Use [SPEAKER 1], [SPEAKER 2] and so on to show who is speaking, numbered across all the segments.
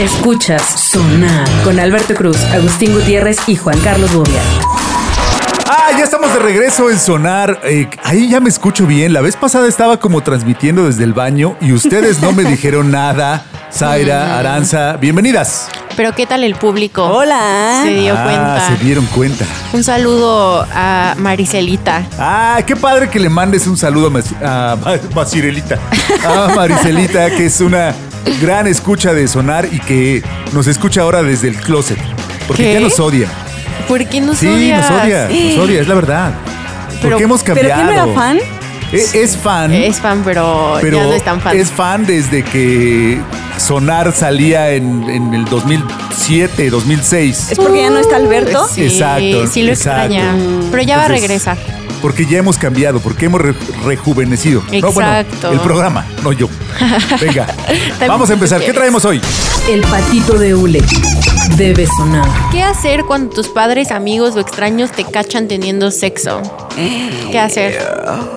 [SPEAKER 1] Escuchas Sonar con Alberto Cruz, Agustín Gutiérrez y Juan Carlos Bobia.
[SPEAKER 2] Ah, ya estamos de regreso en Sonar. Eh, ahí ya me escucho bien. La vez pasada estaba como transmitiendo desde el baño y ustedes no me dijeron nada. Zaira, Aranza, bienvenidas.
[SPEAKER 3] Pero ¿qué tal el público?
[SPEAKER 4] Hola.
[SPEAKER 3] Se dio
[SPEAKER 2] ah,
[SPEAKER 3] cuenta.
[SPEAKER 2] se dieron cuenta.
[SPEAKER 3] Un saludo a Maricelita.
[SPEAKER 2] Ah, qué padre que le mandes un saludo a, Mas- a Ma- Macirelita. A Maricelita, que es una gran escucha de Sonar y que nos escucha ahora desde el closet. Porque
[SPEAKER 3] ¿Qué?
[SPEAKER 2] ya nos odia.
[SPEAKER 3] ¿Por qué nos
[SPEAKER 2] sí,
[SPEAKER 3] odias?
[SPEAKER 2] nos odia, nos odia, es la verdad.
[SPEAKER 3] Pero-
[SPEAKER 2] porque hemos
[SPEAKER 4] ¿Pero
[SPEAKER 2] cambiado.
[SPEAKER 4] quién no era fan?
[SPEAKER 2] Es, es fan.
[SPEAKER 3] Es fan, pero,
[SPEAKER 2] pero
[SPEAKER 3] ya no es tan fan.
[SPEAKER 2] es fan desde que Sonar salía en, en el 2007, 2006.
[SPEAKER 4] ¿Es porque ya no está Alberto?
[SPEAKER 3] Sí,
[SPEAKER 2] Exacto,
[SPEAKER 3] sí lo
[SPEAKER 2] exacto.
[SPEAKER 3] extraña. Pero ya va a
[SPEAKER 2] Entonces,
[SPEAKER 3] regresar.
[SPEAKER 2] Porque ya hemos cambiado, porque hemos re- rejuvenecido. No, bueno,
[SPEAKER 3] Exacto.
[SPEAKER 2] el programa, no yo. Venga, vamos a empezar. ¿Qué
[SPEAKER 3] quieres.
[SPEAKER 2] traemos hoy?
[SPEAKER 1] El patito de hule debe sonar.
[SPEAKER 3] ¿Qué hacer cuando tus padres, amigos o extraños te cachan teniendo sexo?
[SPEAKER 4] Eh,
[SPEAKER 3] ¿Qué hacer?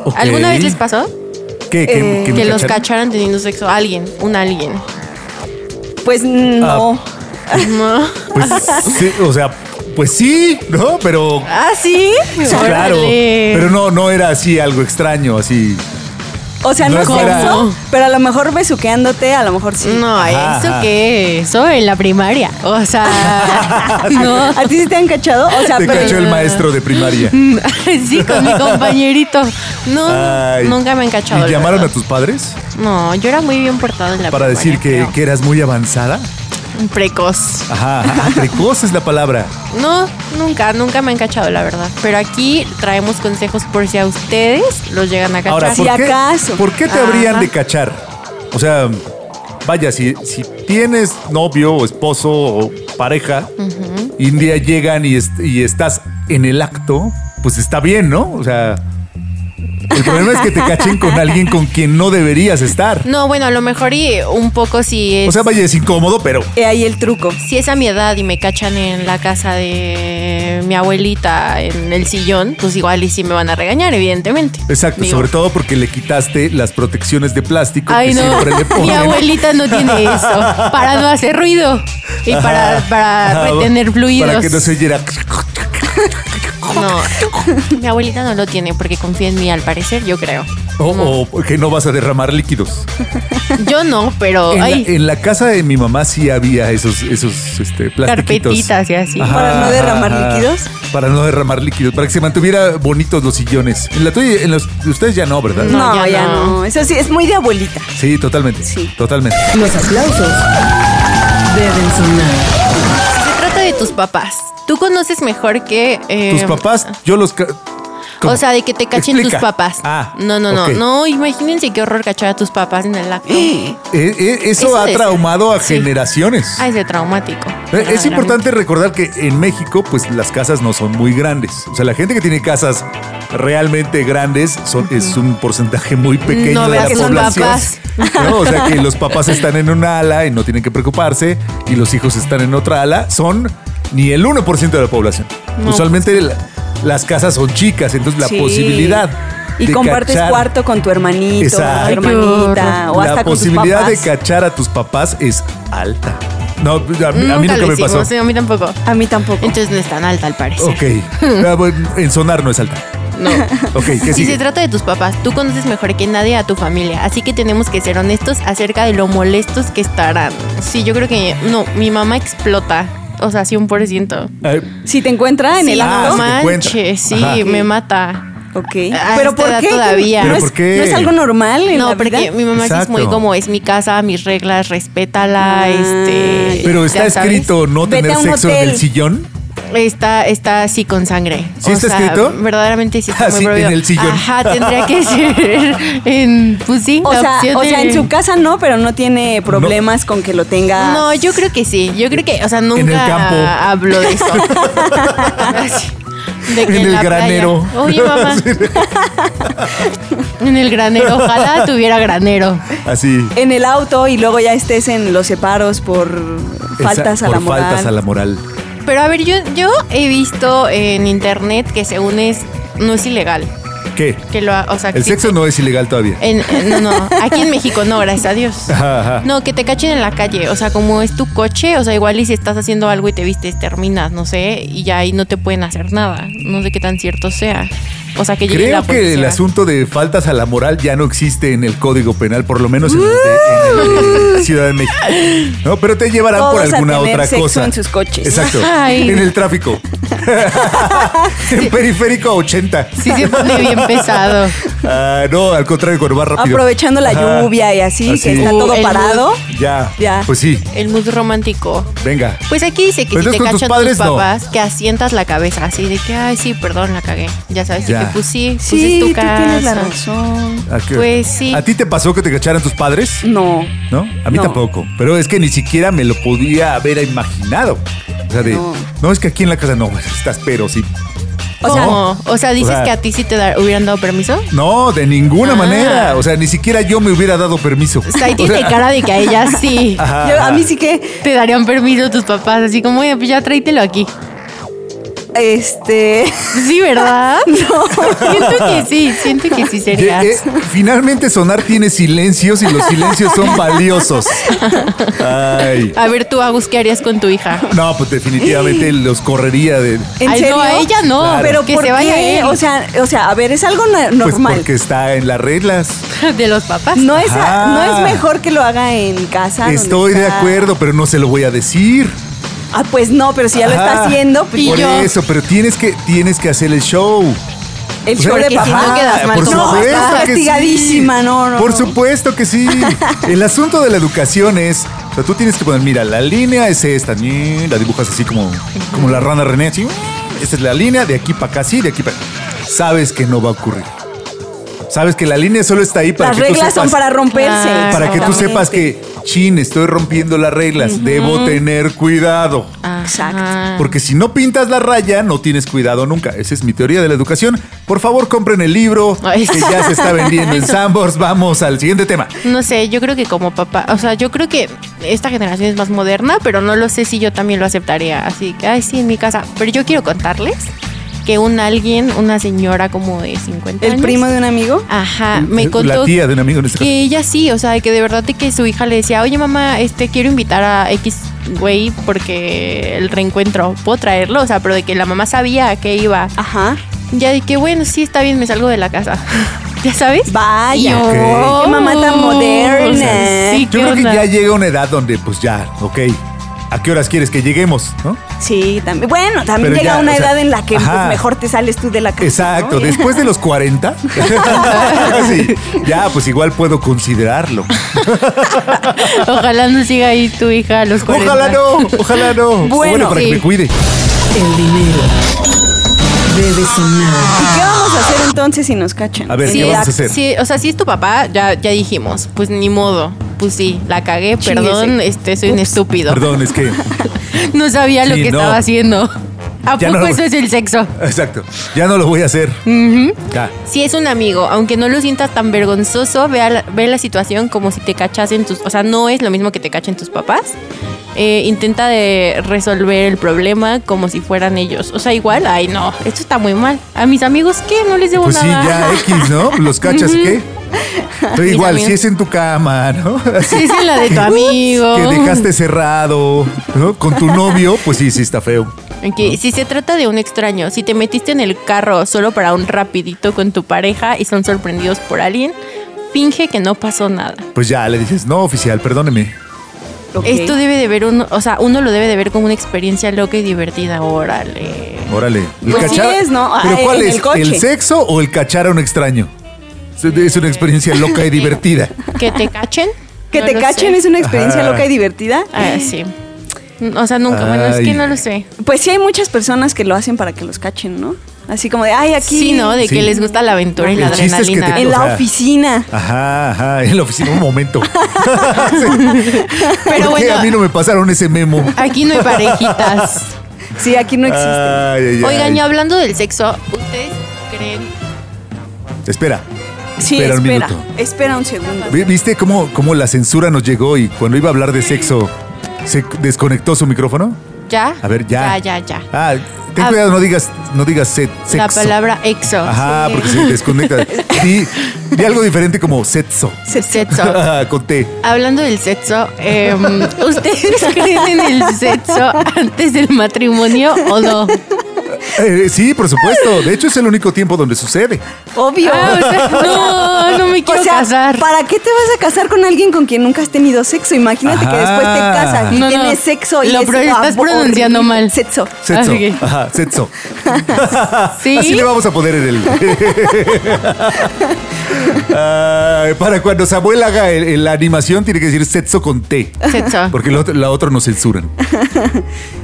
[SPEAKER 2] Ok.
[SPEAKER 3] ¿Alguna vez les pasó?
[SPEAKER 2] ¿Qué, qué-
[SPEAKER 4] Eh,
[SPEAKER 2] qué me
[SPEAKER 3] Que los
[SPEAKER 2] cacharon?
[SPEAKER 3] cacharan teniendo sexo. Alguien, un alguien.
[SPEAKER 4] Pues no.
[SPEAKER 3] ¿No?
[SPEAKER 2] Pues sí, o sea, pues sí, ¿no? Pero
[SPEAKER 3] ¿Ah, sí?
[SPEAKER 2] claro.
[SPEAKER 3] Órale.
[SPEAKER 2] Pero no, no era así algo extraño, así.
[SPEAKER 4] O sea, no,
[SPEAKER 2] No
[SPEAKER 4] es
[SPEAKER 2] fuera-
[SPEAKER 4] sexo, pero a lo mejor besuqueándote, a lo mejor sí.
[SPEAKER 3] No,
[SPEAKER 2] Ajá,
[SPEAKER 3] ¿eso
[SPEAKER 2] ajá.
[SPEAKER 3] qué? Eso en la primaria. O sea, no.
[SPEAKER 4] ¿A ti sí te han cachado? O sea,
[SPEAKER 2] Te
[SPEAKER 4] pero
[SPEAKER 2] cachó el maestro de primaria.
[SPEAKER 3] sí, con mi compañerito. No,
[SPEAKER 2] Ay.
[SPEAKER 3] nunca me han cachado.
[SPEAKER 2] ¿Y
[SPEAKER 3] la
[SPEAKER 2] llamaron a
[SPEAKER 3] verdad.
[SPEAKER 2] tus padres
[SPEAKER 3] No, yo era muy bien portada en la
[SPEAKER 2] para decir que,
[SPEAKER 3] primaria,
[SPEAKER 2] que eras muy avanzada?
[SPEAKER 3] creo. Precoz.
[SPEAKER 2] Ajá, ajá, precoz es la palabra.
[SPEAKER 3] No, nunca, nunca me han cachado, la verdad. Pero aquí traemos consejos por si a ustedes los llegan a cachar.
[SPEAKER 2] Ahora,
[SPEAKER 4] Si
[SPEAKER 2] ¿por qué,
[SPEAKER 4] acaso.
[SPEAKER 2] ¿por qué te
[SPEAKER 3] Ajá.
[SPEAKER 2] habrían de cachar? O sea, vaya, si, si tienes novio o esposo o pareja y un día llegan y, est- y estás en el acto, pues está bien, ¿no? O sea, el problema es que te cachen con alguien con quien no deberías estar.
[SPEAKER 3] No, bueno, a lo mejor y un poco si es,
[SPEAKER 2] O sea, vaya, es incómodo, pero...
[SPEAKER 4] he ahí el truco.
[SPEAKER 3] si es a mi edad y me cachan en la casa de mi abuelita en el sillón, pues igual y sí me van a regañar, evidentemente.
[SPEAKER 2] Exacto,
[SPEAKER 3] Digo,
[SPEAKER 2] sobre todo porque le quitaste las protecciones de plástico
[SPEAKER 3] Ay,
[SPEAKER 2] que
[SPEAKER 3] no.
[SPEAKER 2] siempre le
[SPEAKER 3] Mi
[SPEAKER 2] ponen.
[SPEAKER 3] abuelita no tiene eso. Para no hacer ruido. Y para, para
[SPEAKER 2] Ah,
[SPEAKER 3] retener fluidos.
[SPEAKER 2] Para que no se oyera.
[SPEAKER 3] No. Mi abuelita no lo tiene porque confía en mí, al parecer, yo creo.
[SPEAKER 2] O, o que no vas a derramar líquidos.
[SPEAKER 3] Yo no, pero.
[SPEAKER 2] En la,
[SPEAKER 3] ay,
[SPEAKER 2] en la casa de mi mamá sí había esos, esos este, plastiquitos.
[SPEAKER 3] carpetitas y así.
[SPEAKER 2] Ajá,
[SPEAKER 4] Para no derramar líquidos.
[SPEAKER 2] Para no derramar líquidos, para que se mantuviera bonitos los sillones. En la tuya, en los de ustedes ya no, ¿verdad?
[SPEAKER 4] No,
[SPEAKER 3] ya
[SPEAKER 4] ya,
[SPEAKER 3] no.
[SPEAKER 4] no. Eso sí, es muy de abuelita.
[SPEAKER 2] Sí, totalmente.
[SPEAKER 4] Sí.
[SPEAKER 2] Totalmente.
[SPEAKER 1] Los aplausos deben sonar.
[SPEAKER 3] Se trata de tus papás. Tú conoces mejor que. eh,
[SPEAKER 2] Tus papás, yo los. ca- ¿Cómo? Eh,
[SPEAKER 3] O sea, de que te cachen
[SPEAKER 2] Explica.
[SPEAKER 3] tus papás.
[SPEAKER 2] Ah,
[SPEAKER 3] no, no, no.
[SPEAKER 2] ok.
[SPEAKER 3] No, imagínense qué horror cachar a tus papás en el acto.
[SPEAKER 2] Eh, eh, eso,
[SPEAKER 3] eso
[SPEAKER 2] ha
[SPEAKER 3] de-
[SPEAKER 2] traumado a
[SPEAKER 3] sí.
[SPEAKER 2] generaciones.
[SPEAKER 3] Ay, es Ah, traumático.
[SPEAKER 2] Eh, Es
[SPEAKER 3] verdaderamente.
[SPEAKER 2] importante recordar que en México, pues las casas no son muy grandes. O sea, la gente que tiene casas realmente grandes son, es un porcentaje muy pequeño
[SPEAKER 3] No
[SPEAKER 2] de la
[SPEAKER 3] veas que son
[SPEAKER 2] población.
[SPEAKER 3] papás.
[SPEAKER 2] No, o sea, que los papás están en una ala y no tienen que preocuparse, y los hijos están en otra ala. Son ni el 1% de la población.
[SPEAKER 3] No,
[SPEAKER 2] Usualmente la- las casas son chicas, entonces la
[SPEAKER 4] pues Sí.
[SPEAKER 2] posibilidad.
[SPEAKER 4] Y
[SPEAKER 2] de
[SPEAKER 4] compartes
[SPEAKER 2] cachar-
[SPEAKER 4] cuarto con tu hermanito,
[SPEAKER 2] Exacto.
[SPEAKER 4] tu hermanita, o hasta
[SPEAKER 2] la
[SPEAKER 4] con tus
[SPEAKER 2] posibilidad de
[SPEAKER 4] papás.
[SPEAKER 2] cachar a tus papás es alta. No, a, a mí
[SPEAKER 4] Mm,
[SPEAKER 3] Nunca
[SPEAKER 2] nunca
[SPEAKER 3] lo
[SPEAKER 2] me
[SPEAKER 3] hicimos,
[SPEAKER 2] pasó.
[SPEAKER 3] sí, a mí tampoco.
[SPEAKER 4] A mí tampoco.
[SPEAKER 3] Entonces no es tan alta, al parecer.
[SPEAKER 2] Ok. Ah, bueno, en sonar no es alta.
[SPEAKER 3] No.
[SPEAKER 2] Ok, ¿qué
[SPEAKER 3] Si
[SPEAKER 2] sigue?
[SPEAKER 3] se trata de tus papás, tú conoces mejor que nadie a tu familia, así que tenemos que ser honestos acerca de lo molestos que estarán. Sí, yo creo que no, mi mamá explota, o sea, sí un por ciento.
[SPEAKER 2] Ay,
[SPEAKER 4] si te encuentra en
[SPEAKER 3] Sí,
[SPEAKER 4] el
[SPEAKER 2] Ah,
[SPEAKER 4] acto.
[SPEAKER 3] no
[SPEAKER 2] sí te cuenta.
[SPEAKER 3] manches, sí,
[SPEAKER 2] Ajá.
[SPEAKER 3] me mata.
[SPEAKER 4] Ok.
[SPEAKER 3] Ah,
[SPEAKER 4] pero
[SPEAKER 3] esta
[SPEAKER 4] ¿por
[SPEAKER 3] edad
[SPEAKER 4] qué?
[SPEAKER 3] todavía.
[SPEAKER 4] ¿No
[SPEAKER 2] ¿Pero
[SPEAKER 4] es,
[SPEAKER 2] por qué?
[SPEAKER 4] no es algo normal en
[SPEAKER 3] No,
[SPEAKER 4] la vida?
[SPEAKER 3] porque mi mamá sí es
[SPEAKER 2] Exacto.
[SPEAKER 3] muy como es mi casa, mis reglas, respétala,
[SPEAKER 4] Ah,
[SPEAKER 3] este.
[SPEAKER 2] Pero está
[SPEAKER 3] ya sabes.
[SPEAKER 2] escrito no
[SPEAKER 4] Vete
[SPEAKER 2] tener
[SPEAKER 4] a un
[SPEAKER 2] sexo en
[SPEAKER 4] hotel.
[SPEAKER 2] el sillón.
[SPEAKER 3] Está, está así con sangre.
[SPEAKER 2] ¿Sí está escrito?
[SPEAKER 3] Verdaderamente sí está
[SPEAKER 2] Ah,
[SPEAKER 3] muy
[SPEAKER 2] sí,
[SPEAKER 3] prohibido.
[SPEAKER 2] en el sillón.
[SPEAKER 3] Ajá, tendría que ser en, pues sí,
[SPEAKER 4] O
[SPEAKER 3] la
[SPEAKER 4] sea,
[SPEAKER 3] opción
[SPEAKER 4] o sea,
[SPEAKER 3] de-
[SPEAKER 4] en su casa no, pero no tiene problemas con que lo tenga.
[SPEAKER 3] No, yo creo que sí. Yo creo que, o sea, nunca
[SPEAKER 2] el campo.
[SPEAKER 3] hablo de eso. Así, de
[SPEAKER 2] En el
[SPEAKER 3] la playa.
[SPEAKER 2] granero.
[SPEAKER 3] Oye, mamá. en el granero. Ojalá tuviera granero.
[SPEAKER 2] Así.
[SPEAKER 4] en el auto y luego ya estés en los separos por faltas
[SPEAKER 2] Esa-
[SPEAKER 4] a la
[SPEAKER 2] por
[SPEAKER 4] moral.
[SPEAKER 2] faltas a la moral.
[SPEAKER 3] Pero a ver, yo, yo he visto en internet que según es, no es ilegal.
[SPEAKER 2] ¿Qué?
[SPEAKER 3] que lo, ha- o sea,
[SPEAKER 2] El
[SPEAKER 3] existe.
[SPEAKER 2] sexo no es ilegal todavía.
[SPEAKER 4] Eh,
[SPEAKER 3] En- en- no, aquí en México no, gracias a Dios.
[SPEAKER 2] Ajá, ajá.
[SPEAKER 3] No, que te cachen en la calle, o sea, como es tu coche, o sea, igual y si estás haciendo algo y te vistes, terminas, no sé, y ya ahí no te pueden hacer nada, no sé qué tan cierto sea. O sea, que llegue la
[SPEAKER 2] Creo que el
[SPEAKER 3] policía.
[SPEAKER 2] asunto de faltas a la moral ya no existe en el Código Penal, por lo menos en, el de- en el de Ciudad de México. No, pero te llevarán por
[SPEAKER 4] Uh. Todos a
[SPEAKER 2] alguna
[SPEAKER 4] tener
[SPEAKER 2] otra
[SPEAKER 4] sexo
[SPEAKER 2] cosa.
[SPEAKER 4] en sus coches.
[SPEAKER 2] Exacto.
[SPEAKER 3] Ay.
[SPEAKER 2] En el tráfico. en periférico a 80.
[SPEAKER 3] Sí se pone bien pesado.
[SPEAKER 2] Ah, no, al contrario, cuando va rápido.
[SPEAKER 4] Aprovechando la
[SPEAKER 2] Ajá.
[SPEAKER 4] lluvia y así,
[SPEAKER 2] Así.
[SPEAKER 4] que está
[SPEAKER 3] Uh,
[SPEAKER 4] todo
[SPEAKER 3] el
[SPEAKER 4] parado.
[SPEAKER 2] Ya.
[SPEAKER 4] Ya.
[SPEAKER 2] Pues sí,
[SPEAKER 3] El mood romántico.
[SPEAKER 2] venga.
[SPEAKER 3] Pues aquí dice que
[SPEAKER 2] Pero entonces
[SPEAKER 3] si te
[SPEAKER 2] con tus
[SPEAKER 3] cachan tus,
[SPEAKER 2] padres, no.
[SPEAKER 3] papás, que asientas la cabeza, así de que, ay, sí, perdón, la cagué. Ya sabes, y
[SPEAKER 2] Ya.
[SPEAKER 3] que pues sí, pues
[SPEAKER 4] Sí,
[SPEAKER 3] es
[SPEAKER 4] tú
[SPEAKER 3] tu casa.
[SPEAKER 4] tienes la razón.
[SPEAKER 2] ¿A qué?
[SPEAKER 3] Pues sí.
[SPEAKER 2] ¿A ti te pasó que te cacharan tus padres?
[SPEAKER 4] No.
[SPEAKER 2] ¿No? A mí
[SPEAKER 4] No.
[SPEAKER 2] tampoco. Pero es que ni siquiera me lo podía haber imaginado. O sea, de. No,
[SPEAKER 4] No.
[SPEAKER 2] es que aquí en la casa no, pues, estás, pero sí.
[SPEAKER 3] O sea,
[SPEAKER 2] ¿No?
[SPEAKER 3] o sea, dices
[SPEAKER 2] O sea-
[SPEAKER 3] que a ti sí te da- hubieran dado permiso.
[SPEAKER 2] No, de ninguna
[SPEAKER 3] Ah.
[SPEAKER 2] manera. O sea, ni siquiera yo me hubiera dado permiso.
[SPEAKER 3] O sea, ahí
[SPEAKER 2] O
[SPEAKER 3] tiene
[SPEAKER 2] sea, Ah.
[SPEAKER 3] cara de que a ella sí
[SPEAKER 2] ajá,
[SPEAKER 4] Yo- a
[SPEAKER 2] ajá.
[SPEAKER 4] mí sí que,
[SPEAKER 3] te darían permiso tus papás, así como, "Oye, pues ya tráetelo aquí.
[SPEAKER 4] este,
[SPEAKER 3] Sí, ¿verdad? No. Siento que sí, siento que sí
[SPEAKER 2] Ye-
[SPEAKER 3] sería.
[SPEAKER 2] eh, finalmente sonar tiene silencios y los silencios son valiosos. Ay.
[SPEAKER 3] A ver, tú, Agus, ¿qué harías con tu hija?
[SPEAKER 2] No, pues definitivamente los correría de.
[SPEAKER 4] ¿en
[SPEAKER 3] Ay,
[SPEAKER 4] serio?
[SPEAKER 3] No, a ella no,
[SPEAKER 2] Claro.
[SPEAKER 4] Pero
[SPEAKER 3] que
[SPEAKER 4] ¿por
[SPEAKER 3] se vaya
[SPEAKER 4] qué?
[SPEAKER 3] él.
[SPEAKER 4] O sea, o sea, a ver, es algo na-
[SPEAKER 2] Pues
[SPEAKER 4] normal.
[SPEAKER 2] porque está en las reglas.
[SPEAKER 3] de los papás.
[SPEAKER 4] no es,
[SPEAKER 2] Ajá.
[SPEAKER 4] no es mejor que lo haga en casa. donde
[SPEAKER 2] Estoy de
[SPEAKER 4] está-
[SPEAKER 2] acuerdo, pero no se lo voy a decir.
[SPEAKER 4] Ah, pues no, pero si ya lo
[SPEAKER 2] Ajá.
[SPEAKER 4] está haciendo, pues
[SPEAKER 3] Y
[SPEAKER 2] Por
[SPEAKER 3] yo-
[SPEAKER 2] eso, pero tienes que, tienes que hacer el show.
[SPEAKER 4] el
[SPEAKER 2] O sea,
[SPEAKER 4] show de
[SPEAKER 2] porque
[SPEAKER 3] si no
[SPEAKER 4] papá.
[SPEAKER 3] quedas mal
[SPEAKER 2] Pues por
[SPEAKER 3] como
[SPEAKER 2] supuesto
[SPEAKER 4] papá.
[SPEAKER 2] que
[SPEAKER 4] Estás
[SPEAKER 2] sí.
[SPEAKER 4] castigadísima, no, no,
[SPEAKER 2] Por
[SPEAKER 4] no.
[SPEAKER 2] supuesto que sí. El asunto de la educación es, o sea, tú tienes que poner, mira, la línea es esta, ñe, la dibujas así como, como la rana René, así, esta es la línea, de aquí para acá, sí, de aquí para acá. Sabes que no va a ocurrir. Sabes que la línea solo está ahí para
[SPEAKER 4] Las
[SPEAKER 2] que tú
[SPEAKER 4] reglas son
[SPEAKER 2] sepas-
[SPEAKER 4] para romperse.
[SPEAKER 3] Claro.
[SPEAKER 2] para que tú sepas que, chin, estoy rompiendo las reglas, debo tener cuidado.
[SPEAKER 3] Ajá. Ah.
[SPEAKER 4] Exacto.
[SPEAKER 2] Porque si no pintas la raya, no tienes cuidado nunca. Esa es mi teoría de la educación. Por favor, compren el libro
[SPEAKER 3] Ay.
[SPEAKER 2] que ya se está vendiendo en Sambors. Vamos al siguiente tema.
[SPEAKER 3] No sé, yo creo que como papá, o sea, yo creo que esta generación es más moderna, pero no lo sé si yo también lo aceptaría. Así que, ay, sí, en mi casa. Pero yo quiero contarles que un alguien, una señora como de 50
[SPEAKER 4] El
[SPEAKER 3] años,
[SPEAKER 4] primo de un amigo.
[SPEAKER 3] Ajá, Ah, me
[SPEAKER 2] La
[SPEAKER 3] contó
[SPEAKER 2] tía de un amigo en este caso.
[SPEAKER 3] que ella sí, o sea, que de verdad de que su hija le decía, oye mamá, este quiero invitar a X güey porque el reencuentro, ¿puedo traerlo? O sea, pero de que la mamá sabía a qué iba.
[SPEAKER 4] Ajá.
[SPEAKER 3] Ya de que, bueno, sí, está bien, me salgo de la casa. ¿Ya sabes?
[SPEAKER 4] Vaya.
[SPEAKER 3] Y yo-
[SPEAKER 4] Qué mamá tan moderna.
[SPEAKER 3] Oh, Sí,
[SPEAKER 2] Yo
[SPEAKER 3] ¿qué
[SPEAKER 2] creo que
[SPEAKER 3] onda?
[SPEAKER 2] ya llega una edad donde, pues ya, ok. ¿A qué horas quieres que lleguemos? ¿No?
[SPEAKER 4] Sí, también. Bueno, también
[SPEAKER 2] Pero
[SPEAKER 4] llega
[SPEAKER 2] ya,
[SPEAKER 4] una
[SPEAKER 2] o sea,
[SPEAKER 4] edad en la que pues,
[SPEAKER 2] ajá.
[SPEAKER 4] mejor te sales tú de la casa.
[SPEAKER 2] Exacto,
[SPEAKER 4] ¿no?
[SPEAKER 2] después de los 40, sí, ya, pues igual puedo considerarlo.
[SPEAKER 3] Ojalá no siga ahí tu hija a los 40.
[SPEAKER 2] Ojalá no, ojalá no. O
[SPEAKER 4] Bueno,
[SPEAKER 2] para que
[SPEAKER 3] sí.
[SPEAKER 2] me cuide.
[SPEAKER 1] El dinero debe sonar.
[SPEAKER 4] ¿Y qué vamos a hacer entonces si nos cachan?
[SPEAKER 2] A ver,
[SPEAKER 3] Sí,
[SPEAKER 2] ¿qué vas a
[SPEAKER 3] la-
[SPEAKER 2] hacer?
[SPEAKER 3] sí, o sea, si es tu papá, ya, ya dijimos, pues ni modo. Pues sí, la cagué,
[SPEAKER 4] Chíguese.
[SPEAKER 3] perdón, este, soy un estúpido.
[SPEAKER 2] Perdón, es que
[SPEAKER 3] No sabía lo
[SPEAKER 2] Sí,
[SPEAKER 3] que
[SPEAKER 2] no.
[SPEAKER 3] estaba haciendo. ¿A
[SPEAKER 2] Ya
[SPEAKER 3] poco
[SPEAKER 2] no.
[SPEAKER 3] eso es el sexo?
[SPEAKER 2] Exacto. Ya no lo voy a hacer. Ya.
[SPEAKER 3] Si es un amigo, aunque no lo sientas tan vergonzoso, ve, a la, ve la situación como si te cachasen tus... O sea, no es lo mismo que te cachen tus papás. Eh, intenta de resolver el problema como si fueran ellos. O sea, igual, ay no, esto está muy mal. A mis amigos, ¿qué? No les debo
[SPEAKER 2] Pues sí,
[SPEAKER 3] nada.
[SPEAKER 2] ya X, ¿no? Los cachas, ¿y ¿qué? Pero
[SPEAKER 3] Sí,
[SPEAKER 2] igual,
[SPEAKER 3] también.
[SPEAKER 2] si es en tu cama, ¿no? Así
[SPEAKER 3] Sí, es la de tu amigo.
[SPEAKER 2] que dejaste cerrado, ¿no? Con tu novio, pues sí, sí está feo.
[SPEAKER 3] Ok, Si se trata de un extraño, si te metiste en el carro solo para un rapidito con tu pareja y son sorprendidos por alguien, finge que no pasó nada.
[SPEAKER 2] Pues ya le dices, no, oficial, perdóneme.
[SPEAKER 4] Ok.
[SPEAKER 3] Esto debe de ver uno, o sea, uno lo debe de ver como una experiencia loca y divertida. Órale.
[SPEAKER 2] Órale. El
[SPEAKER 4] Pues sí es, ¿no?
[SPEAKER 2] ¿Pero
[SPEAKER 4] Ah,
[SPEAKER 2] cuál
[SPEAKER 4] en
[SPEAKER 2] es?
[SPEAKER 4] el coche.
[SPEAKER 2] ¿El sexo o el cachar a un extraño? Es- Es una experiencia loca y divertida.
[SPEAKER 3] Que te cachen.
[SPEAKER 4] Que
[SPEAKER 3] No
[SPEAKER 4] te
[SPEAKER 3] lo
[SPEAKER 4] cachen
[SPEAKER 3] sé.
[SPEAKER 4] es una experiencia
[SPEAKER 2] Ajá.
[SPEAKER 4] loca y divertida.
[SPEAKER 3] Ah, sí. O sea, nunca. Bueno, es
[SPEAKER 2] Ay.
[SPEAKER 3] que no lo sé.
[SPEAKER 4] Pues sí hay muchas personas que lo hacen para que los cachen, ¿no? Así como de, ay, aquí
[SPEAKER 3] Sí, ¿no? De
[SPEAKER 2] Sí.
[SPEAKER 3] que les gusta la aventura y
[SPEAKER 2] El
[SPEAKER 3] la
[SPEAKER 2] chiste es que te-
[SPEAKER 3] adrenalina.
[SPEAKER 4] en
[SPEAKER 2] o
[SPEAKER 4] la
[SPEAKER 2] sea,
[SPEAKER 4] oficina.
[SPEAKER 2] Ajá, ajá, en la oficina, un momento.
[SPEAKER 3] Pero
[SPEAKER 2] ¿Por qué
[SPEAKER 3] bueno,
[SPEAKER 2] a mí no me pasaron ese memo?
[SPEAKER 3] aquí no hay parejitas.
[SPEAKER 4] Sí, aquí no existe.
[SPEAKER 2] Ay, ay, ay.
[SPEAKER 3] Oigan, y hablando del sexo, ¿ustedes creen
[SPEAKER 2] Espera.
[SPEAKER 4] sí,
[SPEAKER 2] espera
[SPEAKER 4] espera.
[SPEAKER 2] un
[SPEAKER 4] Espera
[SPEAKER 2] minuto.
[SPEAKER 4] un, segundo.
[SPEAKER 2] Vi- ¿Viste cómo, cómo la censura nos llegó y cuando iba a hablar de sexo se desconectó su micrófono?
[SPEAKER 3] ya?
[SPEAKER 2] A ver, ya.
[SPEAKER 3] Ya, ya, ya.
[SPEAKER 2] Ah, Ten
[SPEAKER 3] Ah.
[SPEAKER 2] cuidado, no digas, no digas se- sexo.
[SPEAKER 3] La palabra exo.
[SPEAKER 2] Ajá,
[SPEAKER 3] sí.
[SPEAKER 2] porque se desconecta. Di, di algo diferente como sexo.
[SPEAKER 3] Sexo.
[SPEAKER 2] Con T.
[SPEAKER 3] Hablando del sexo, eh, ¿ustedes creen en el sexo antes del matrimonio o no?
[SPEAKER 2] Eh, sí, por supuesto. De hecho, es el único tiempo donde sucede.
[SPEAKER 4] Obvio.
[SPEAKER 3] Ah, o sea, no, no me quiero
[SPEAKER 4] o sea,
[SPEAKER 3] casar.
[SPEAKER 4] ¿para qué te vas a casar con alguien con quien nunca has tenido sexo? Imagínate que
[SPEAKER 2] Ajá.
[SPEAKER 4] después te casas y
[SPEAKER 3] No, no.
[SPEAKER 4] tienes sexo y
[SPEAKER 3] Lo
[SPEAKER 4] es
[SPEAKER 3] pro- estás
[SPEAKER 4] abor-
[SPEAKER 3] pronunciando mal.
[SPEAKER 4] Sexo.
[SPEAKER 2] Sexo.
[SPEAKER 3] Ah, ok.
[SPEAKER 2] Ajá, sexo.
[SPEAKER 3] ¿Sí?
[SPEAKER 2] Así le vamos a poner en el. Ay, Ah, para cuando Samuel haga el- el- la animación, tiene que decir sexo con T.
[SPEAKER 3] Sexo.
[SPEAKER 2] Porque lo otro- la otra nos censuran.
[SPEAKER 3] Ah.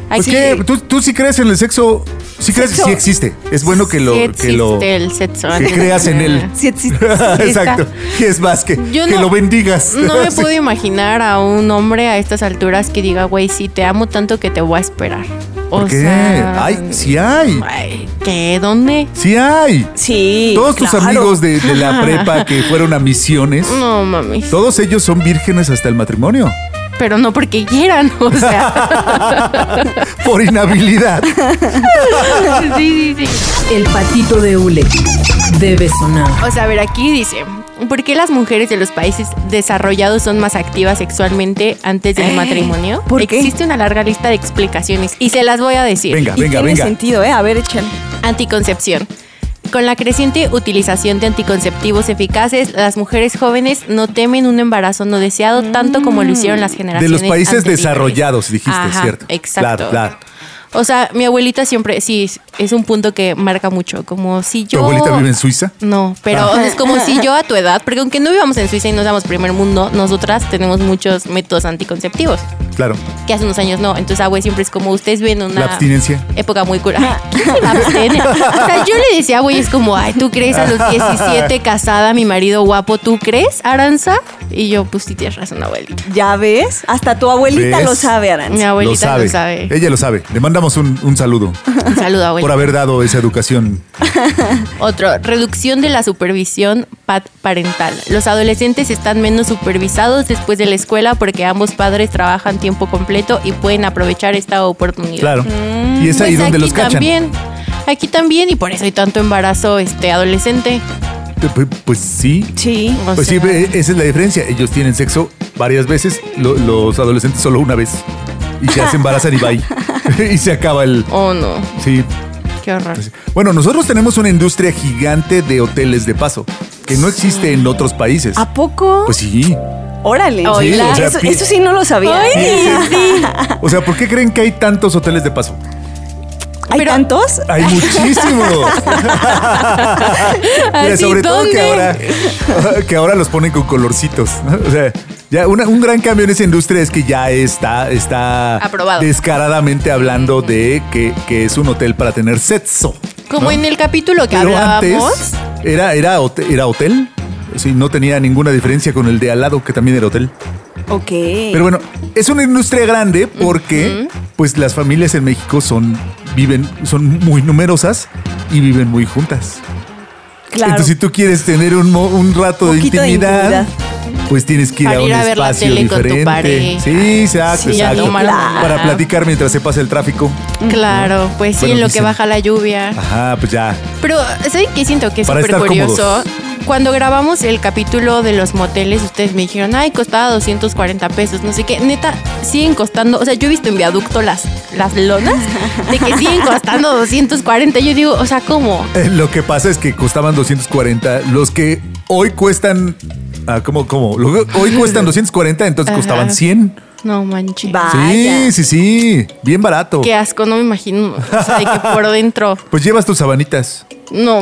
[SPEAKER 3] Ay,
[SPEAKER 2] Pues
[SPEAKER 3] sí.
[SPEAKER 2] qué, ¿Tú, tú sí crees en el sexo. Sí crees que
[SPEAKER 4] Sexo.
[SPEAKER 2] sí existe. Es bueno que lo.
[SPEAKER 3] Sí
[SPEAKER 2] que lo
[SPEAKER 3] existe el sexo
[SPEAKER 2] que
[SPEAKER 3] antes de
[SPEAKER 2] creas en
[SPEAKER 3] tener-
[SPEAKER 2] él.
[SPEAKER 4] Sí, sí.
[SPEAKER 2] Exacto. Y es más que,
[SPEAKER 3] Yo
[SPEAKER 2] que
[SPEAKER 3] no-
[SPEAKER 2] lo bendigas.
[SPEAKER 3] No me
[SPEAKER 2] Sí.
[SPEAKER 3] puedo imaginar a un hombre a estas alturas que diga, güey, sí, te amo tanto que te voy a esperar. O
[SPEAKER 2] ¿Por qué?
[SPEAKER 3] sea,
[SPEAKER 2] Ay, sí hay.
[SPEAKER 3] ay, ¿qué? ¿Dónde?
[SPEAKER 2] Sí hay.
[SPEAKER 4] Sí,
[SPEAKER 2] Todos tus
[SPEAKER 4] claro.
[SPEAKER 2] amigos de, de la prepa que fueron a misiones,
[SPEAKER 3] No, mami.
[SPEAKER 2] todos ellos son vírgenes hasta el matrimonio.
[SPEAKER 3] Pero no porque quieran, o sea.
[SPEAKER 2] Por inhabilidad.
[SPEAKER 3] sí, sí, sí.
[SPEAKER 1] El patito de hule debe sonar.
[SPEAKER 3] O sea, a ver, aquí dice, ¿por qué las mujeres de los países desarrollados son más activas sexualmente antes
[SPEAKER 2] Eh,
[SPEAKER 3] del matrimonio?
[SPEAKER 4] ¿por qué?
[SPEAKER 3] Existe una larga lista de explicaciones y se las voy a decir.
[SPEAKER 2] Venga,
[SPEAKER 4] Y
[SPEAKER 2] venga,
[SPEAKER 4] tiene
[SPEAKER 2] venga.
[SPEAKER 4] sentido, ¿eh? A ver, échale.
[SPEAKER 3] Anticoncepción. Con la creciente utilización de anticonceptivos eficaces, las mujeres jóvenes no temen un embarazo no deseado tanto como lo hicieron
[SPEAKER 2] Mm.
[SPEAKER 3] las
[SPEAKER 2] De
[SPEAKER 3] generaciones
[SPEAKER 2] los países
[SPEAKER 3] anteriores.
[SPEAKER 2] desarrollados, dijiste,
[SPEAKER 3] Ajá,
[SPEAKER 2] ¿cierto? Claro,
[SPEAKER 3] Exacto.
[SPEAKER 2] claro.
[SPEAKER 3] O sea, mi abuelita siempre, sí, es- es un punto que marca mucho, como si
[SPEAKER 2] ¿Tu
[SPEAKER 3] yo...
[SPEAKER 2] abuelita vive en Suiza?
[SPEAKER 3] No, pero o sea,
[SPEAKER 2] Ah.
[SPEAKER 3] es como si yo a tu edad, porque aunque no vivamos en Suiza y no seamos primer mundo, nosotras tenemos muchos métodos anticonceptivos,
[SPEAKER 2] Claro.
[SPEAKER 3] que hace unos años no. Entonces, ah, güey, siempre es como ustedes ven una
[SPEAKER 2] La abstinencia. Ah.
[SPEAKER 3] época muy cura. Ay, ¿quién se va a abstener? O sea, yo le decía, güey, es como, ay, ¿tú crees a los 17 casada, mi marido guapo, ¿tú crees, Aranza? Y yo, pues sí, tienes razón, abuelita.
[SPEAKER 4] ¿Ya ves? Hasta tu abuelita
[SPEAKER 2] ¿Ves?
[SPEAKER 4] lo sabe,
[SPEAKER 3] Mi
[SPEAKER 4] Aranza.
[SPEAKER 3] abuelita lo sabe. sabe.
[SPEAKER 2] Ella lo sabe. Le mandamos un, un saludo
[SPEAKER 3] Un saludo, abuelita.
[SPEAKER 2] por haber dado esa educación.
[SPEAKER 3] Otro, reducción de la supervisión pat- parental. Los adolescentes están menos supervisados después de la escuela porque ambos padres trabajan tiempo completo y pueden aprovechar esta oportunidad.
[SPEAKER 2] Claro. Y es ahí
[SPEAKER 3] Pues
[SPEAKER 2] donde
[SPEAKER 3] aquí
[SPEAKER 2] los cachan.
[SPEAKER 3] También, aquí también, y por eso hay tanto embarazo este adolescente.
[SPEAKER 2] Pues- Pues sí.
[SPEAKER 4] Sí.
[SPEAKER 3] O
[SPEAKER 2] Pues sí,
[SPEAKER 3] sea,
[SPEAKER 2] ve, esa es la diferencia. Ellos tienen sexo varias veces, lo- los adolescentes solo una vez. Y ya se embarazan y bye. y se acaba el.
[SPEAKER 3] Oh no,
[SPEAKER 2] Sí.
[SPEAKER 3] qué
[SPEAKER 2] Pues
[SPEAKER 3] horror.
[SPEAKER 2] Bueno, nosotros tenemos una industria gigante de hoteles de paso que no existe en otros países.
[SPEAKER 4] ¿A poco?
[SPEAKER 2] Pues sí.
[SPEAKER 4] Órale.
[SPEAKER 3] Oíla.
[SPEAKER 2] Sí, o sea,
[SPEAKER 4] eso,
[SPEAKER 2] pi-
[SPEAKER 4] eso sí no lo sabía. ¿eh?
[SPEAKER 3] Ay,
[SPEAKER 2] O sea, ¿por qué creen que hay tantos hoteles de paso?
[SPEAKER 4] ¿Hay
[SPEAKER 3] Pero-
[SPEAKER 4] tantos?
[SPEAKER 2] Hay muchísimos. Mira,
[SPEAKER 3] Así,
[SPEAKER 2] sobre todo que
[SPEAKER 3] ¿dónde?
[SPEAKER 2] ahora, que ahora los ponen con colorcitos. ¿no? O sea, ya una- un gran cambio en esa industria es que ya está, está
[SPEAKER 3] Aprobado.
[SPEAKER 2] descaradamente hablando de que, que es un hotel para tener sexo.
[SPEAKER 3] Como
[SPEAKER 2] ¿no?
[SPEAKER 3] en el capítulo que
[SPEAKER 2] Pero antes
[SPEAKER 3] hablábamos.
[SPEAKER 2] era, era, hote- era hotel. Sí, no tenía ninguna diferencia con el de al lado, que también era hotel.
[SPEAKER 4] Ok.
[SPEAKER 2] Pero bueno, es una industria grande porque pues las familias en México son viven son muy numerosas y viven muy juntas.
[SPEAKER 4] claro.
[SPEAKER 2] Entonces, si tú quieres tener un, mo- un rato de
[SPEAKER 4] Poquito de
[SPEAKER 2] intimidad,
[SPEAKER 4] intimidad.
[SPEAKER 2] pues tienes que ir
[SPEAKER 3] Para
[SPEAKER 2] a un
[SPEAKER 3] ir a ver la
[SPEAKER 2] espacio
[SPEAKER 3] tele con tu
[SPEAKER 2] diferente.
[SPEAKER 3] pareja.
[SPEAKER 2] sí, exacto,
[SPEAKER 4] Sí, a
[SPEAKER 2] exacto.
[SPEAKER 4] tomar una-
[SPEAKER 2] Para platicar mientras se pasa el tráfico.
[SPEAKER 3] Claro, pues sí,
[SPEAKER 2] Bueno,
[SPEAKER 3] en lo
[SPEAKER 2] dicen-
[SPEAKER 3] que baja la lluvia.
[SPEAKER 2] Ajá, pues ya.
[SPEAKER 3] Pero, ¿saben qué siento que es
[SPEAKER 2] Para
[SPEAKER 3] súper
[SPEAKER 2] estar
[SPEAKER 3] curioso?
[SPEAKER 2] cómodos.
[SPEAKER 3] Cuando grabamos el capítulo de los moteles, ustedes me dijeron, ay, costaba 240 pesos, no sé qué. Neta, siguen costando, o sea, yo he visto en viaducto las, las lonas de que siguen costando 240. Yo digo, o sea, ¿cómo?
[SPEAKER 2] Eh, Lo que pasa es que costaban 240. Los que hoy cuestan. Ah, ¿Cómo? ¿Cómo? Lo que Hoy cuestan 240, entonces
[SPEAKER 3] Ajá. Ah,
[SPEAKER 2] costaban 100.
[SPEAKER 3] No manches.
[SPEAKER 4] Vaya.
[SPEAKER 2] Sí, sí, sí. Bien barato.
[SPEAKER 3] Qué asco, no me imagino. O sea, de que por dentro,
[SPEAKER 2] Pues llevas tus sabanitas.
[SPEAKER 3] no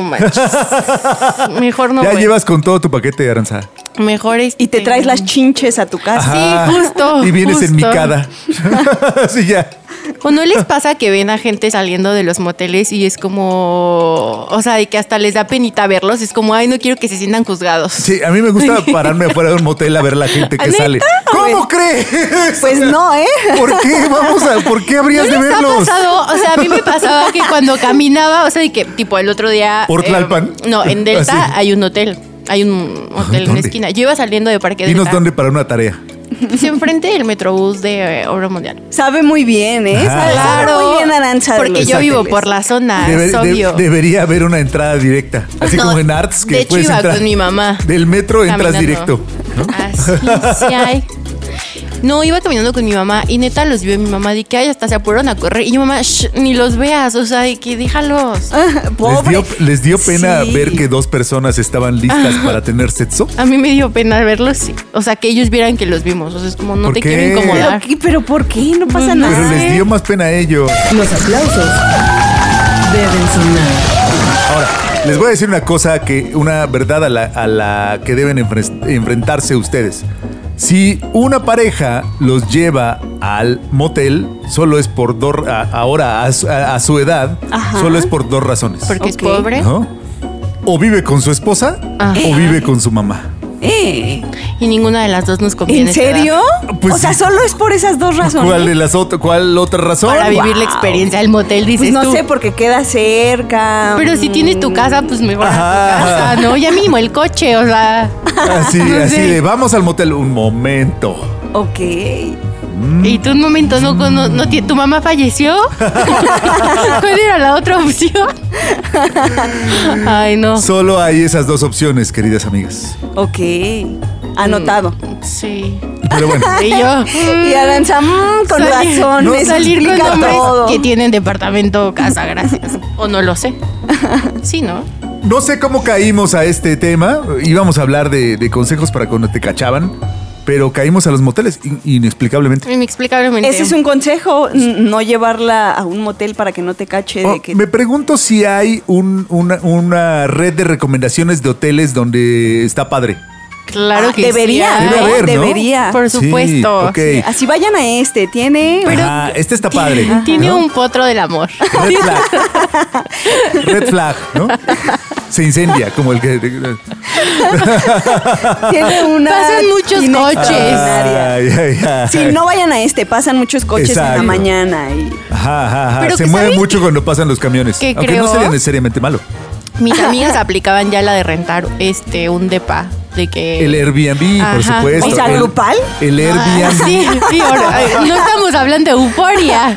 [SPEAKER 3] manches. Mejor no.
[SPEAKER 2] ya
[SPEAKER 3] güey.
[SPEAKER 2] llevas con todo tu paquete, Aranza.
[SPEAKER 3] Mejor este-
[SPEAKER 4] Y te traes las chinches a tu casa.
[SPEAKER 2] Ajá.
[SPEAKER 3] justo,
[SPEAKER 2] Ah, Y vienes en mi
[SPEAKER 3] justo.
[SPEAKER 2] cada. sí, ya.
[SPEAKER 3] ¿O no les pasa que ven a gente saliendo de los moteles y es como, o sea, de que hasta les da penita verlos? Es como, ay, no quiero que se sientan juzgados.
[SPEAKER 2] Sí, a mí me gusta pararme afuera de un motel a ver la gente que
[SPEAKER 3] ¿Neta?
[SPEAKER 2] sale. ¿Cómo crees?
[SPEAKER 4] Pues no, ¿eh?
[SPEAKER 2] ¿Por qué? Vamos a, ¿por qué habrías de
[SPEAKER 3] ¿No les ha
[SPEAKER 2] verlos?
[SPEAKER 3] pasado? O sea, a mí me pasaba que cuando caminaba, o sea, de que tipo el otro día... eh,
[SPEAKER 2] ¿Por Tlalpan?
[SPEAKER 3] no, en Delta
[SPEAKER 2] Ah, sí.
[SPEAKER 3] hay un hotel. Hay un hotel en
[SPEAKER 2] ¿Dónde?
[SPEAKER 3] la esquina. Yo iba saliendo de Parque
[SPEAKER 2] Dinos
[SPEAKER 3] Delta.
[SPEAKER 2] dónde para una tarea.
[SPEAKER 3] se enfrente del metrobús de eh, Obra Mundial.
[SPEAKER 4] Sabe muy bien, ¿eh?
[SPEAKER 2] Ajá.
[SPEAKER 4] Sabe, sabe muy bien Aranza. de
[SPEAKER 3] Porque
[SPEAKER 4] los
[SPEAKER 3] yo vivo
[SPEAKER 4] hoteles.
[SPEAKER 3] por la zona,
[SPEAKER 2] Debe-
[SPEAKER 3] Ah, es
[SPEAKER 2] de-
[SPEAKER 3] obvio.
[SPEAKER 2] debería haber una entrada directa. Así
[SPEAKER 3] No,
[SPEAKER 2] como en Arts, que
[SPEAKER 3] de hecho,
[SPEAKER 2] puedes
[SPEAKER 3] iba
[SPEAKER 2] entrar.
[SPEAKER 3] con mi mamá.
[SPEAKER 2] Del metro entras
[SPEAKER 3] caminando.
[SPEAKER 2] directo. ¿no?
[SPEAKER 3] Así sí hay. No, iba caminando con mi mamá y neta los vio mi mamá. de que ay, hasta se apuraron a correr. Y mi mamá, "Shh, ni los veas, o sea, de que déjalos.
[SPEAKER 2] Les
[SPEAKER 4] Pobre.
[SPEAKER 2] dio, les dio pena
[SPEAKER 4] Sí.
[SPEAKER 2] ver que dos personas estaban
[SPEAKER 3] Ah.
[SPEAKER 2] listas para tener sexo.
[SPEAKER 3] A mí me dio pena verlos, sí. o sea, que ellos vieran que los vimos. O sea, es como no
[SPEAKER 2] ¿Por
[SPEAKER 3] te
[SPEAKER 2] qué?
[SPEAKER 3] quiero
[SPEAKER 4] Pero,
[SPEAKER 3] incomodar.
[SPEAKER 4] ¿qué- pero ¿por qué? No pasa
[SPEAKER 3] Pero
[SPEAKER 2] Pero
[SPEAKER 4] nada.
[SPEAKER 2] les dio más pena a ellos.
[SPEAKER 1] Los aplausos deben sonar.
[SPEAKER 2] Ahora, les voy a decir una cosa que, una verdad a la, a la que deben enfres- enfrentarse ustedes. Si una pareja los lleva al motel, solo es por dos, a- ahora a, su- a- a su edad,
[SPEAKER 4] Ajá.
[SPEAKER 2] solo es por dos razones.
[SPEAKER 3] Porque es
[SPEAKER 4] Ok.
[SPEAKER 3] pobre.
[SPEAKER 2] ¿no? O vive con su esposa
[SPEAKER 3] Ajá.
[SPEAKER 2] o vive con su mamá.
[SPEAKER 4] Eh,
[SPEAKER 3] Y ninguna de las dos nos conviene.
[SPEAKER 4] ¿En
[SPEAKER 3] esta edad.
[SPEAKER 4] serio?
[SPEAKER 2] Pues
[SPEAKER 4] o sea,
[SPEAKER 2] sí.
[SPEAKER 4] solo es por esas dos razones.
[SPEAKER 2] ¿Cuál, de las ot- ¿Cuál otra razón?
[SPEAKER 3] Para vivir la
[SPEAKER 4] Oh, Wow.
[SPEAKER 3] experiencia del motel, dices
[SPEAKER 4] Pues no
[SPEAKER 3] tú.
[SPEAKER 4] sé, porque queda cerca.
[SPEAKER 3] Pero si tienes tu casa, pues mejor a tu
[SPEAKER 2] Ajá.
[SPEAKER 3] casa, ¿no? Ya mínimo el coche, o sea.
[SPEAKER 2] Así,
[SPEAKER 3] No
[SPEAKER 2] así
[SPEAKER 3] sé.
[SPEAKER 2] de, vamos al motel un momento.
[SPEAKER 4] Ok.
[SPEAKER 3] Y tú un momento, no, no, no ti- ¿tu mamá falleció? ¿Cuál era la otra opción? Ay, no.
[SPEAKER 2] Solo hay esas dos opciones, queridas amigas.
[SPEAKER 4] Ok. Anotado.
[SPEAKER 3] Sí.
[SPEAKER 2] Pero bueno.
[SPEAKER 3] Y yo.
[SPEAKER 4] Y Aranza, mm, con
[SPEAKER 3] salir-
[SPEAKER 4] razón,
[SPEAKER 3] no
[SPEAKER 4] me
[SPEAKER 3] salir con
[SPEAKER 4] explica
[SPEAKER 3] hombres
[SPEAKER 4] todo.
[SPEAKER 3] que tienen departamento o casa, gracias. O no lo sé. Sí, ¿no?
[SPEAKER 2] No sé cómo caímos a este tema. Íbamos a hablar de, de consejos para cuando te cachaban, pero caímos a los moteles, in- inexplicablemente.
[SPEAKER 3] Inexplicablemente.
[SPEAKER 4] Ese es un consejo, n- no llevarla a un motel para que no te cache de
[SPEAKER 2] Oh,
[SPEAKER 4] que...
[SPEAKER 2] me pregunto si hay un- una, una red de recomendaciones de hoteles donde está padre.
[SPEAKER 3] Claro
[SPEAKER 4] Ah,
[SPEAKER 3] que
[SPEAKER 4] debería,
[SPEAKER 3] sí. ¿eh?
[SPEAKER 2] Debe
[SPEAKER 4] ¿no?
[SPEAKER 3] hay.
[SPEAKER 2] haber, ¿no?
[SPEAKER 4] Debería.
[SPEAKER 3] Por
[SPEAKER 2] Sí,
[SPEAKER 3] supuesto.
[SPEAKER 2] ok.
[SPEAKER 4] Así vayan a este, tiene...
[SPEAKER 2] Ajá, este está padre.
[SPEAKER 3] Tiene
[SPEAKER 2] ¿no?
[SPEAKER 3] un potro del amor.
[SPEAKER 2] Red flag. Red flag, ¿no? Se incendia, como el que.
[SPEAKER 4] tiene una...
[SPEAKER 3] Pasan muchos
[SPEAKER 4] tiene
[SPEAKER 3] coches.
[SPEAKER 4] extraordinaria.
[SPEAKER 2] Ay, ay, ay.
[SPEAKER 4] Sí, no vayan a este, pasan muchos coches en
[SPEAKER 2] Exacto.
[SPEAKER 4] la mañana y...
[SPEAKER 2] Ajá, ajá, ajá.
[SPEAKER 3] Pero
[SPEAKER 2] Se
[SPEAKER 3] que
[SPEAKER 2] mueve
[SPEAKER 3] ¿sabes
[SPEAKER 2] mucho cuando pasan los camiones.
[SPEAKER 3] que
[SPEAKER 2] Aunque no
[SPEAKER 3] creo?
[SPEAKER 2] sería necesariamente malo.
[SPEAKER 3] Mis amigas aplicaban ya la de rentar este un depa. De que.
[SPEAKER 2] El Airbnb, por
[SPEAKER 3] Ajá.
[SPEAKER 2] supuesto.
[SPEAKER 4] O sea,
[SPEAKER 2] el,
[SPEAKER 4] grupal.
[SPEAKER 2] El
[SPEAKER 3] Ah,
[SPEAKER 2] Airbnb.
[SPEAKER 3] Sí, sí, ahora, eh, no estamos hablando de euforia.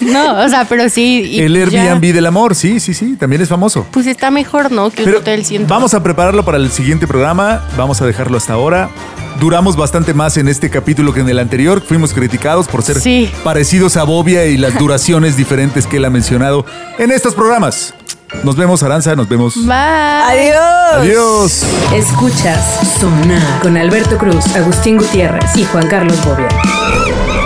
[SPEAKER 3] No, o sea, pero sí. y
[SPEAKER 2] El
[SPEAKER 3] ya,
[SPEAKER 2] Airbnb del amor, sí, sí, sí, también es famoso.
[SPEAKER 3] pues está mejor, ¿no? Que un
[SPEAKER 2] Pero
[SPEAKER 3] hotel ciento.
[SPEAKER 2] vamos a prepararlo para el siguiente programa, vamos a dejarlo hasta ahora. Duramos bastante más en este capítulo que en el anterior. Fuimos criticados por ser
[SPEAKER 3] Sí.
[SPEAKER 2] parecidos a Bobia y las duraciones diferentes que él ha mencionado en estos programas. Nos vemos, Aranza, nos vemos.
[SPEAKER 3] Bye.
[SPEAKER 2] Adiós.
[SPEAKER 1] Escuchas Sonar con Alberto Cruz, Agustín Gutiérrez y Juan Carlos Bobia.